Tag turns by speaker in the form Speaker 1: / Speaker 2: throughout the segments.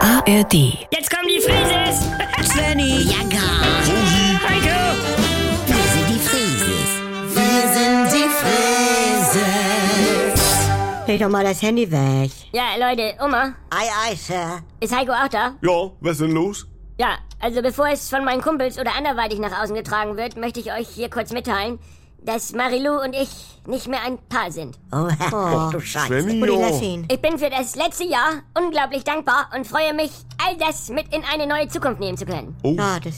Speaker 1: ARD.
Speaker 2: Jetzt kommen die Frises!
Speaker 3: Svenny,
Speaker 4: Ja, gar.
Speaker 2: Heiko!
Speaker 4: Wir sind die Frieses. Wir sind die Frieses.
Speaker 3: leg doch mal das Handy weg.
Speaker 5: Ja, Leute, Oma,
Speaker 4: Ei, ei, Sir.
Speaker 5: ist Heiko auch da?
Speaker 6: Ja, was denn los?
Speaker 5: Ja, also bevor es von meinen Kumpels oder anderweitig nach außen getragen wird, möchte ich euch hier kurz mitteilen, dass Marilou und ich nicht mehr ein Paar sind.
Speaker 4: Oh, du Scheiße.
Speaker 6: Svenny,
Speaker 3: Mutti,
Speaker 6: ja.
Speaker 3: lass ihn.
Speaker 5: Ich bin für das letzte Jahr unglaublich dankbar und freue mich, all das mit in eine neue Zukunft nehmen zu können.
Speaker 6: Oh,
Speaker 3: Ja, Ah, das...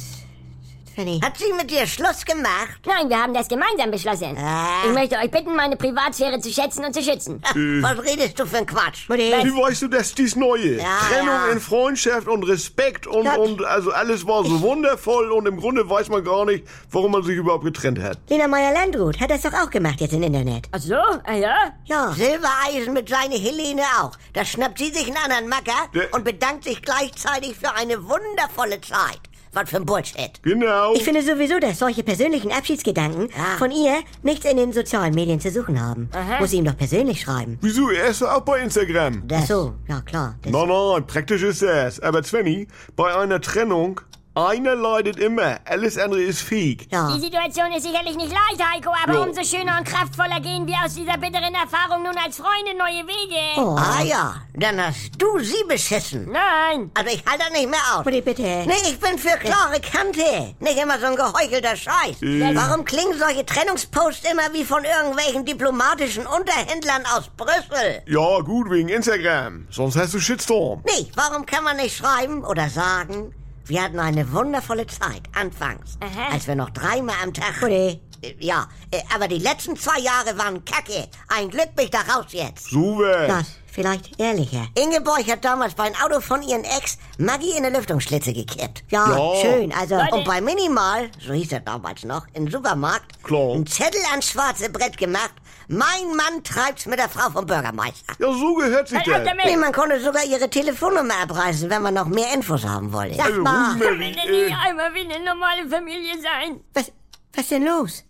Speaker 3: Svenny.
Speaker 4: Hat sie mit dir Schluss gemacht?
Speaker 5: Nein, wir haben das gemeinsam beschlossen.
Speaker 4: Ah.
Speaker 5: Ich möchte euch bitten, meine Privatsphäre zu schätzen und zu schützen.
Speaker 4: Was redest du für ein Quatsch?
Speaker 3: Mutti,
Speaker 6: äh, wie weißt du, dass dies Neue?
Speaker 4: Ja,
Speaker 6: Trennung
Speaker 4: ja.
Speaker 6: in Freundschaft und Respekt und,
Speaker 3: Ja.
Speaker 6: und also alles war so wundervoll und im Grunde weiß man gar nicht, warum man sich überhaupt getrennt hat.
Speaker 3: Lena Meyer-Landrut hat das doch auch gemacht jetzt im Internet.
Speaker 5: Ach so? Ah ja?
Speaker 3: Ja.
Speaker 4: Silbereisen mit seiner Helene auch. Da schnappt sie sich einen anderen Macker
Speaker 6: Der-
Speaker 4: und bedankt sich gleichzeitig für eine wundervolle Zeit. Was für ein Bullshit.
Speaker 6: Genau.
Speaker 3: Ich finde sowieso, dass solche persönlichen Abschiedsgedanken
Speaker 4: Ja.
Speaker 3: von ihr nichts in den sozialen Medien zu suchen haben.
Speaker 5: Aha.
Speaker 3: Muss sie ihm doch persönlich schreiben.
Speaker 6: Wieso? Er ist doch auch bei Instagram.
Speaker 3: Ach so, ja klar. Das-
Speaker 6: Nein, nein, praktisch ist das. Aber Svenny, bei einer Trennung, einer leidet immer, alles andere ist fake.
Speaker 3: Ja.
Speaker 5: Die Situation ist sicherlich nicht leicht, Heiko, aber
Speaker 6: Jo.
Speaker 5: umso schöner und kraftvoller gehen wir aus dieser bitteren Erfahrung nun als Freunde neue Wege.
Speaker 3: Oh.
Speaker 4: Ah ja, dann hast du sie beschissen.
Speaker 5: Nein.
Speaker 4: Also ich halte das nicht mehr auf.
Speaker 3: Mutti, bitte.
Speaker 4: Nee, ich bin für klare Kante. Nicht immer so ein geheuchelter Scheiß. Warum klingen solche Trennungsposts immer wie von irgendwelchen diplomatischen Unterhändlern aus Brüssel?
Speaker 6: Ja, gut, wegen Instagram. Sonst hast du Shitstorm.
Speaker 4: Nee, warum kann man nicht schreiben oder sagen, wir hatten eine wundervolle Zeit anfangs,
Speaker 5: Aha.
Speaker 4: als wir noch dreimal am Tag...
Speaker 3: Mutti.
Speaker 4: Äh, Ja, äh, aber die letzten zwei Jahre waren kacke. Ein Glück bin ich da raus jetzt.
Speaker 6: Super.
Speaker 3: Ja, vielleicht ehrlicher.
Speaker 4: Ingeborg hat damals beim Auto von ihren Ex Maggie in eine Lüftungsschlitze gekippt.
Speaker 3: Ja,
Speaker 6: Ja.
Speaker 3: schön. Also,
Speaker 5: Leute.
Speaker 4: Und bei Minimal, so hieß er damals noch, im Supermarkt,
Speaker 6: Klar.
Speaker 4: ein Zettel ans schwarze Brett gemacht. Mein Mann treibt's mit der Frau vom Bürgermeister.
Speaker 6: Ja, so gehört sich
Speaker 5: Halt auf
Speaker 6: das.
Speaker 4: Nee,
Speaker 5: damit.
Speaker 4: man konnte sogar ihre Telefonnummer abreißen, wenn man noch mehr Infos haben wollte.
Speaker 6: Also,
Speaker 3: mal.
Speaker 5: Kann man
Speaker 6: Rosemarie,
Speaker 5: denn
Speaker 6: äh,
Speaker 5: nicht einmal wie eine normale Familie sein?
Speaker 3: was, was denn los?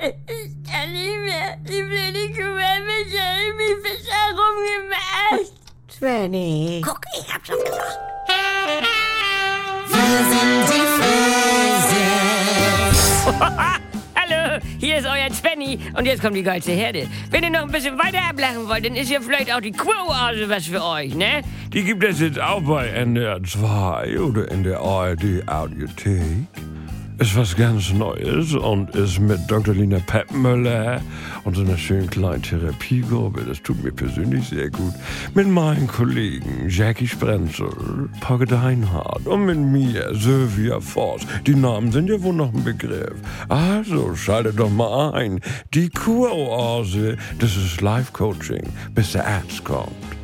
Speaker 5: Ich kann nicht mehr. Die blöde Kuh hat mit Jeremy Fischer rumgemacht.
Speaker 3: Svenny.
Speaker 4: Guck, ich hab's doch gesagt.
Speaker 2: Hallo, hier ist euer Svenny und jetzt kommt die geilste Herde. Wenn ihr noch ein bisschen weiter ablachen wollt, dann ist ja vielleicht auch die Quo-Ase was für euch, ne?
Speaker 7: Die gibt es jetzt auch bei NDR 2 oder in der ARD Audiothek. Ist was ganz Neues und ist mit Dr. Lina Peppmüller und so einer schönen kleinen Therapiegruppe, das tut mir persönlich sehr gut, mit meinen Kollegen Jackie Sprenzel, Pogge Deinhardt und mit mir, Sylvia Voss. Die Namen sind ja wohl noch ein Begriff. Also schaltet doch mal ein. Die Kuroase, das ist Life-Coaching, bis der Arzt kommt.